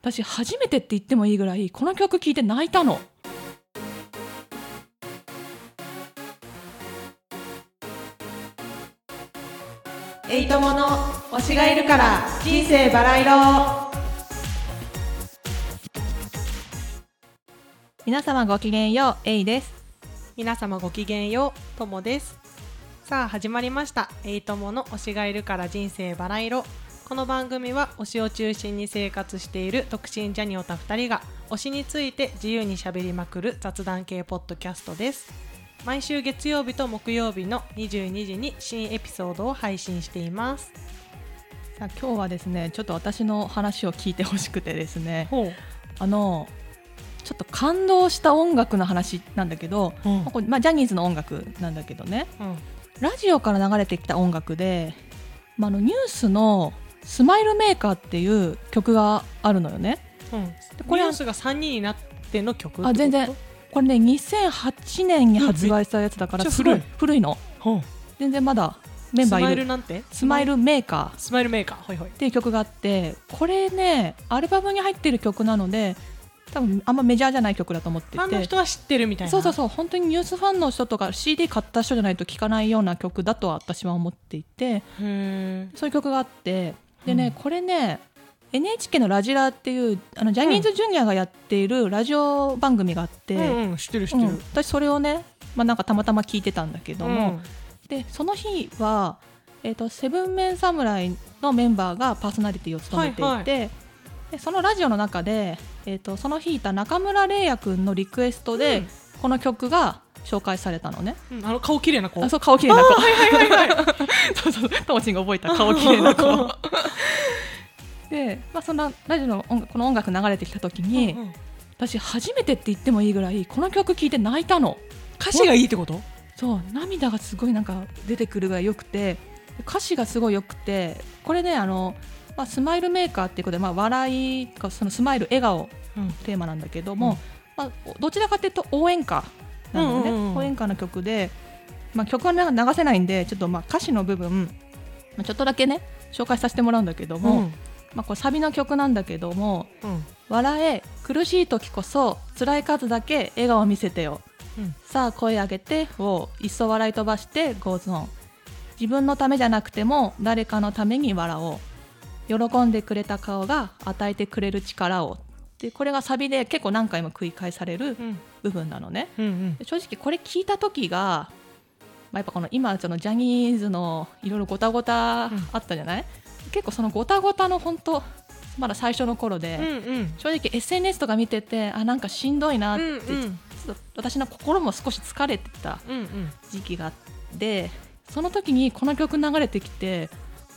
私初めてって言ってもいいぐらいこの曲聴いて泣いたのエイトモの推しがいるから人生バラ色皆様ごきげんようエイです皆様ごきげんようともですさあ始まりましたエイトモの推しがいるから人生バラ色この番組は推しを中心に生活している独身ジャニオタ2人が推しについて自由にしゃべりまくる雑談系ポッドキャストです毎週月曜日と木曜日の22時に新エピソードを配信していますさあ今日はですねちょっと私の話を聞いてほしくてですねほうあのちょっと感動した音楽の話なんだけど、うんまあこれまあ、ジャニーズの音楽なんだけどねうんラジオから流れてきた音楽で、まあ、あのニュースの「スマイルメーカー」っていう曲があるのよねうんでここれれはニュースが3人になっての曲あ全然これね2008年に発売したやつだからうんめっちゃすご古い古いのほう全然まだメンスバマーイいルるなんて「スマイルメーカー」っスマイルメーカーほいほいていう曲があってこれねアルバムに入ってる曲なので多分あんまメジャーじゃない曲だと思ってファンのて人は知ってるみたいなそうそうそう本当にニュースファンの人とか CD 買った人じゃないと聴かないような曲だとは私は思っていてうへそういう曲があってでね、うんこれね NHK の「ラジラ」っていうあのジャニーズジュニアがやっているラジオ番組があって、えうんうん知ってる知ってうるん私それをね、まあ、なんかたまたま聞いてたんだけども、うんでその日は、えーと「セブンメン侍」のメンバーがパーソナリティを務めていて、はいはいでそのラジオの中で、えー、とその日いた中村玲也君のリクエストで、うんこの曲が紹介されたのね。うんあの顔綺麗な子あそう顔綺麗な子はいはいはいはい そうそうともちんが覚えた 顔綺麗な子 で、まあ、そんなラジオの音楽この音楽流れてきた時に、うんうん私初めてって言ってもいいぐらいこの曲聴いて泣いたの歌詞がいいってことそう涙がすごいなんか出てくるぐらい良くて歌詞がすごい良くてこれねあの、まあ、スマイルメーカーっていうことで、まあ、笑いかそのスマイル笑顔うんテーマなんだけどうんも、まあ、どちらかというと応援歌なのね、うんうんうん応援歌の曲で、まあ、曲は流せないんでちょっとまあ歌詞の部分、まあ、ちょっとだけね紹介させてもらうんだけども、うんまあ、これサビの曲なんだけどもうん「笑え苦しい時こそ辛い数だけ笑顔見せてよ」うんさあ声上げてをいっそ笑い飛ばしてゴーズオン自分のためじゃなくても誰かのために笑おう喜んでくれた顔が与えてくれる力をでこれがサビで結構何回も繰り返されるうん部分なのねうんうんで正直これ聞いた時が、まあ、やっぱこの今そのジャニーズのいろいろごたごたあったじゃない、結構そのごたごたの本当まだ最初の頃で、うんうん正直 SNS とか見ててあなんかしんどいなって、うんちょっと私の心も少し疲れてたうんうん時期があってその時にこの曲流れてきて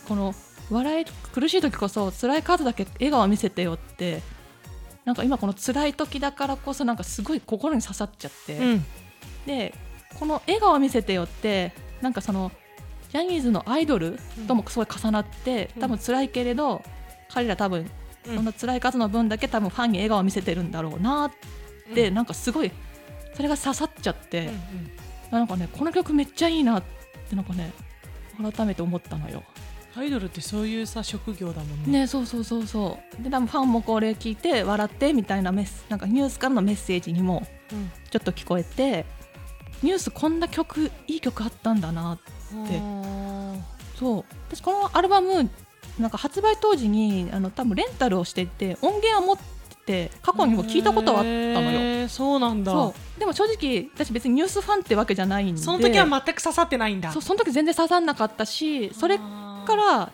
この笑い苦しい時こそ辛い数だけ笑顔を見せてよってなんか今この辛い時だからこそなんかすごい心に刺さっちゃって、うんでこの笑顔を見せてよってなんかそのジャニーズのアイドルともすごい重なって、うん多分辛いけれど彼ら多分うんそんな辛い数の分だけ多分ファンに笑顔を見せてるんだろうなって、なんかすごいそれが刺さっちゃって、うんうんなんかねこの曲めっちゃいいなってなんかね改めて思ったのよ。アイドルってそういうさ職業だもんねねそうそうそうそうで多分ファンもこれ聞いて笑ってみたいなメッセなんかニュースからのメッセージにもうんちょっと聞こえてニュースこんな曲いい曲あったんだなであーそう私このアルバムなんか発売当時にあの多分レンタルをしていて音源は持ってて過去にも聞いたことはあったのよ。へーそうなんだそうでも正直私別にニュースファンってわけじゃないんでその時は全く刺さってないんだそうその時全然刺さんなかったしそれかから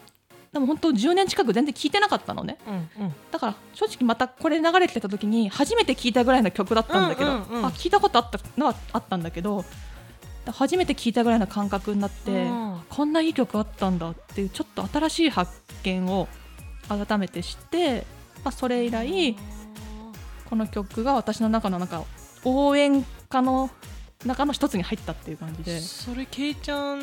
でも本当10年近く全然聞いてなかったのねうんうんだから正直またこれ流れてた時に初めて聞いたぐらいの曲だったんだけど、うんうんうんあ聞いたことあったのはあったんだけど初めて聞いたぐらいの感覚になって、うんこんないい曲あったんだっていうちょっと新しい発見を改めてして、まあ、それ以来この曲が私の中のなんか応援歌の中の一つに入ったっていう感じでそれけいちゃん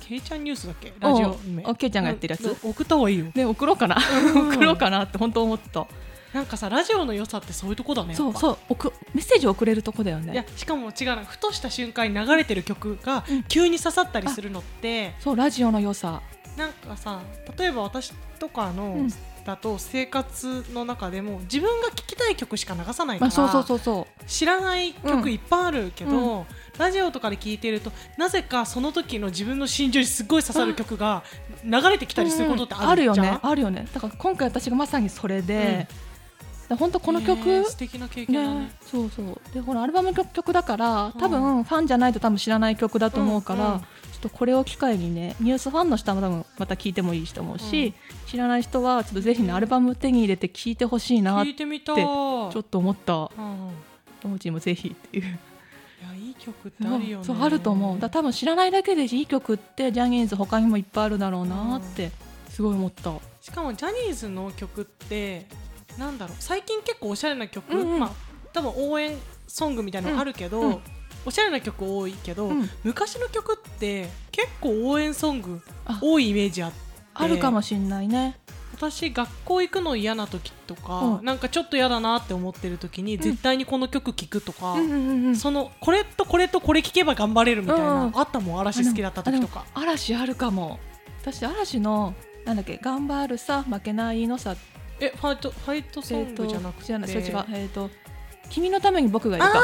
けいちゃんニュースだっけラジオうん名あけいちゃんがやってるやつうん送った方がいいよね送ろうかな送ろうかなって本当思った、なんかさラジオの良さってそういうとこだねやっぱそうそう送メッセージを送れるとこだよいやねしかも違うなふとした瞬間に流れてる曲が急に刺さったりするのってそうラジオの良さなんかさ例えば私とかのうんだと生活の中でも自分が聴きたい曲しか流さないまからあ、そうそうそうそ知らない曲いっぱいあるけど、うラジオとかで聴いてるとなぜかその時の自分の心情にすごい刺さる曲が流れてきうたりすることってうんうんあるじゃよん、ねあるよねだから今回私がまさにそれで、本当この曲、えー素敵な経験だねね、そうそうでほらアルバム曲曲だから多分ファンじゃないと多分知らない曲だと思うから、うんうんちょっとこれを機会にねニュースファンの人は多分また聞いてもいいと思うし、知らない人はちょっとぜひねアルバム手に入れて聞いてほしいな聞ちいてみたいょっと思ったうんうん友人もぜひっていういやいい曲ってあるよねそうあると思うだから多分知らないだけでいい曲ってジャニーズ他にもいっぱいあるだろうなってすごい思った、しかもジャニーズの曲ってなんだろう最近結構おしゃれな曲、うんうんまあ、多分応援ソングみたいなのあるけど、うんうんおしゃれな曲多いけど、うん昔の曲って結構応援ソングあ多いイメージあってあるかもしんないね私学校行くの嫌な時とか、うんなんかちょっと嫌だなって思ってる時に、ん絶対にこの曲聴くとか、うんうんうんそのこれとこれとこれ聴けば頑張れるみたいな、うんあったもん嵐好きだった時とか。あでも嵐あるかも私嵐のなんだっけ頑張るさ負けないのさえファイトファイトソえンーとグじゃなくて、違うなそれ違うえっ、と君のために僕がいるあかー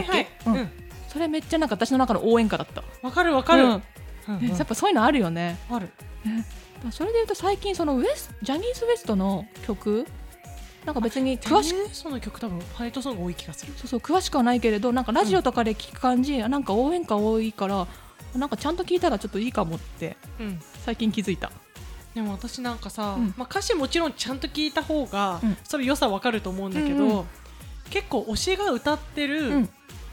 はいはいはいはだいっけうんうんそれめっちゃなんか私の中の応援歌だったわかるわかる、ううんんね やっぱそういうのあるよねあるだからそれでいうと最近そのウエスジャニーズ WEST の曲なんか別に詳詳ししくくその曲多分ファイトソング多い気がするそうそう詳しくはないけれどなんかラジオとかで聞く感じ、あなんか応援歌多いからなんかちゃんと聞いたらちょっといいかもってうん最近気づいたでも私なんかさ、うんまあ、歌詞もちろんちゃんと聞いた方が、うんそれ良さわかると思うんだけど、うんう結構推しが歌ってる、うん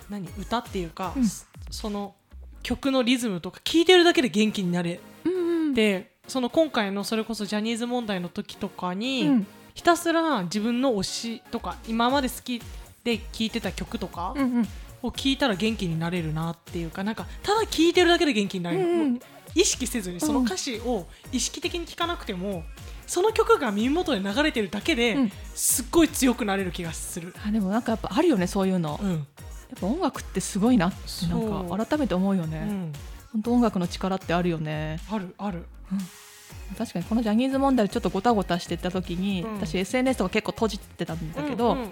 何歌っていうか、うんその曲のリズムとか聞いてるだけで元気になれうんうんでその今回のそれこそジャニーズ問題の時とかに、うんひたすら自分の推しとか今まで好きで聴いてた曲とかうんうんを聞いたら元気になれるなっていうかなんかただ聴いてるだけで元気になれる、うんうんもう意識せずにその歌詞を意識的に聴かなくても、その曲が耳元で流れてるだけで、うんすっごい強くなれる気がする。あでもなんかやっぱあるよねそういうの、うやんっぱ音楽ってすごいなってなそうんか改めて思うようね、ん、ほん、本当音楽の力ってあるよねあるある確かにこのジャニーズ問題でちょっとごたごたしてた時に、うん私 SNS とか結構閉じてたんだけど、うんうんうん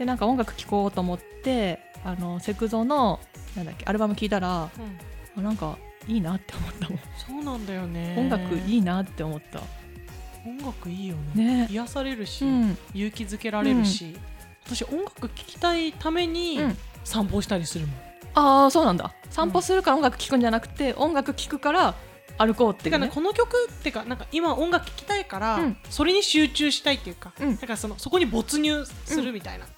でなんか音楽聴こうと思ってあのセクゾのなんだっけアルバム聴いたらうあんなんかいいなって思ったもん、そうなんだよね音楽いいなって思った、音楽いいよねね癒されるし、うん勇気づけられるし、私音楽聴きたいためにうん散歩したりするもん、ああそうなんだ散歩するから音楽聴くんじゃなくて音楽聴くから歩こうっていてう、かねね、この曲ってかなんか今音楽聴きたいから、うんそれに集中したいっていうか、うんなんかそのそこに没入するみたいな,、うん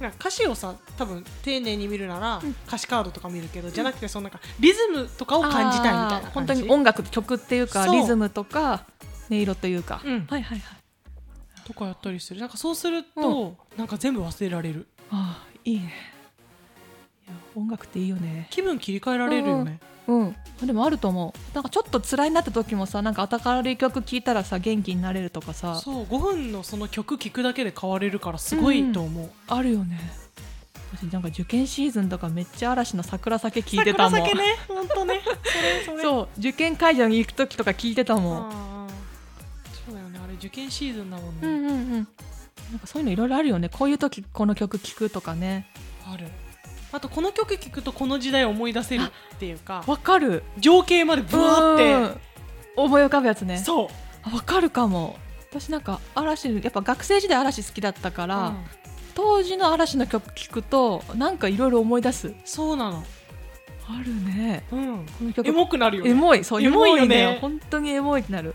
なんか歌詞をさ多分丁寧に見るなら、うん歌詞カードとか見るけど、じゃなくてそのなんかリズムとかを感じたいみたいなあー感本じ当に音楽曲っていうかそうリズムとか音色というか、うんはいはいはいとかやったりするなんかそうすると、なんか全部忘れられるああいいねいや音楽っていいよね気分切り替えられるよね、うんでもあると思うなんかちょっと辛いなった時もさなんか明るい曲聴いたらさ元気になれるとかさそう5分のその曲聴くだけで変われるからすごいと思う、あるよね私なんか受験シーズンとかめっちゃ嵐の桜酒聴いてた桜もん、酒ね本当ねそれそれうそう受験会場に行く時とか聴いてたもんああそうだよねあれ受験シーズンだもんうね、んうんうんなんかそういうのいろいろあるよねこういう時この曲聴くとかねあるあとこの曲聴くとこの時代を思い出せるっていうかわかる情景までブワーってうん思い浮かぶやつねそうあわかるかも私なんか嵐やっぱ学生時代嵐好きだったから、うん当時の嵐の曲聴くとなんかいろいろ思い出すそうなのあるねうんこの曲エモくなるよエねモいそうエエモモいいよよねね本当にエモいってなる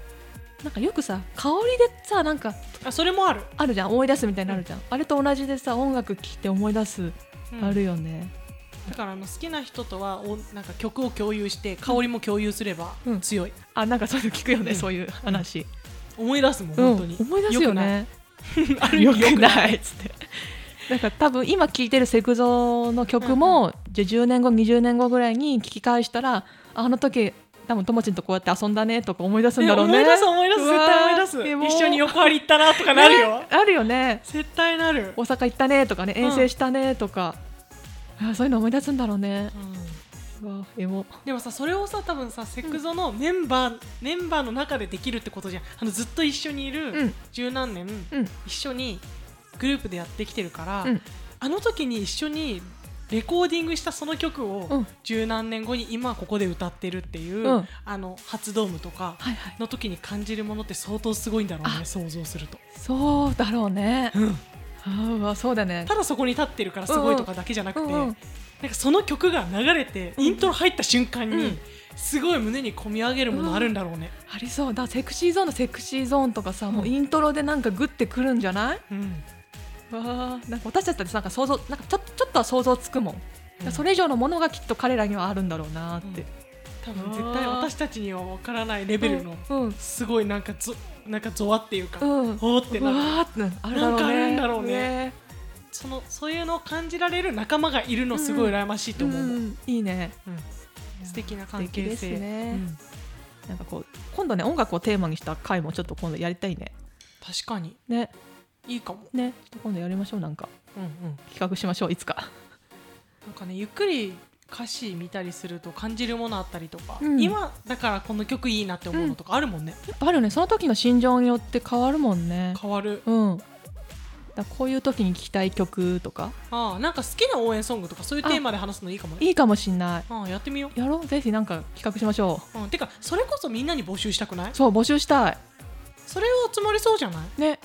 なんかよくさ香りでさなんかあそれもある、あるじゃん思い出すみたいになるじゃん、あれと同じでさ音楽聴いて思い出す、うんあるよねだからあの好きな人とはおなんか曲を共有して香りも共有すればうん強い、あなんかそういうの聞くよね、うんそういう話、思い出すもんうん本当に、思い出すよね良くないあ る意よ味良くくなないいっつって。なんか多分今聴いてるセクゾの曲も、じゃあ10年後20年後ぐらいに聞き返したらああの時多分友ちんとこうやって遊んだねとか思い出すんだろうね思い出す思い出すうわ絶対思い出すエモ一緒に横張り行ったなとかなるよ、ねあるよね絶対なる、大阪行ったねとかね遠征したねとか、あそういうの思い出すんだろうねうんうわエモでもさそれをさ多分さセクゾのメンバー、メンバーの中でできるってことじゃんあのずっと一緒にいうんる十何年、うん一緒にグループでやってきてるから、うんあの時に一緒にレコーディングしたその曲うをん十何年後に今ここで歌ってるっていう、うんあの初ドームとかはいはいの時に感じるものって相当すごいんだろうねあ想像すると、そうだろうねあーうわそうだねただそこに立ってるからすごいとかだけじゃなくて、うんうんうんうんなんかその曲が流れてんイントロ入った瞬間に、うんすごい胸に込み上げるものあるんだろうね、ありそうだセクシーゾーンのセクシーゾーンとかさ、もううんイントロでなんかグッてくるんじゃないうんわあなんか私たちだってなんか想像なんかちょちょっとは想像つくもん、うんそれ以上のものがきっと彼らにはあるんだろうなって、多分絶対私たちには分からないレベルのうんうんすごいなんかゾなんかゾワっていうか、うんおーってうなるわーってあるだろうねなんかあるんだろうねねそのそういうのを感じられる仲間がいるのすごい羨ましいと思う、んいいねうん素敵な関素敵係です性、ねうんなんかこう今度ね音楽をテーマにした回もちょっと今度やりたいね確かにねいいかも、ねちょっと今度やりましょうなんかうんうん、企画しましょういつかなんかねゆっくり歌詞見たりすると感じるものあったりとか、うん今だからこの曲いいなって思うのとかあるもんね、やっぱあるよねその時の心情によって変わるもんね変わるうんだからこういう時に聴きたい曲とかああなんか好きな応援ソングとかそういうテーマで話すのいいかもねいいかもしんないああやってみよやろうぜひなんか企画しましょう、うん、てかそれこそみんなに募集したくないうそう募集したいそれを集まりそうじゃない、ね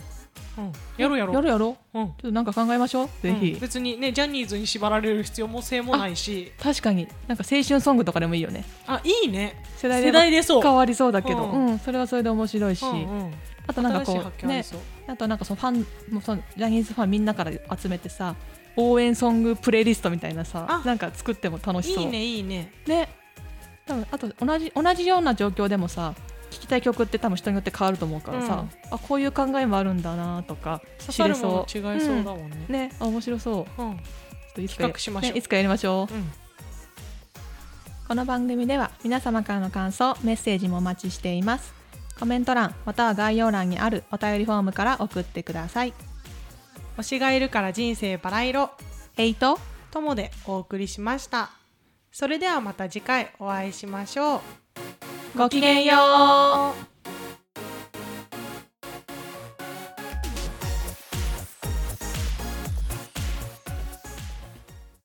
うん、やろうやろうやろうやろううんちょっとなんか考えましょうぜひ、うん別にねジャニーズに縛られる必要も性もないし確かになんか青春ソングとかでもいいよねあいいね世代で世代でそう変わりそうだけど、ううんんそれはそれで面白いし、うんうんあとなんか新しいこ発う見あねりそうあとなんかそのファンもうそのジャニーズファンみんなから集めてさ応援ソングプレイリストみたいなさあなんか作っても楽しそういいねいいねね多分あと同じ同じような状況でもさ聴きたい曲って多分人によって変わると思うからさ、あこういう考えもあるんだなとか刺知されるそもうの違いそうだもんねうんねあ面白そううんちょっといつか企画しましょうねいつかやりましょううんこの番組では皆様からの感想メッセージもお待ちしていますコメント欄または概要欄にあるお便りフォームから送ってください推しがいるから人生バラ色えいとともでお送りしましたそれではまた次回お会いしましょうごきげんよう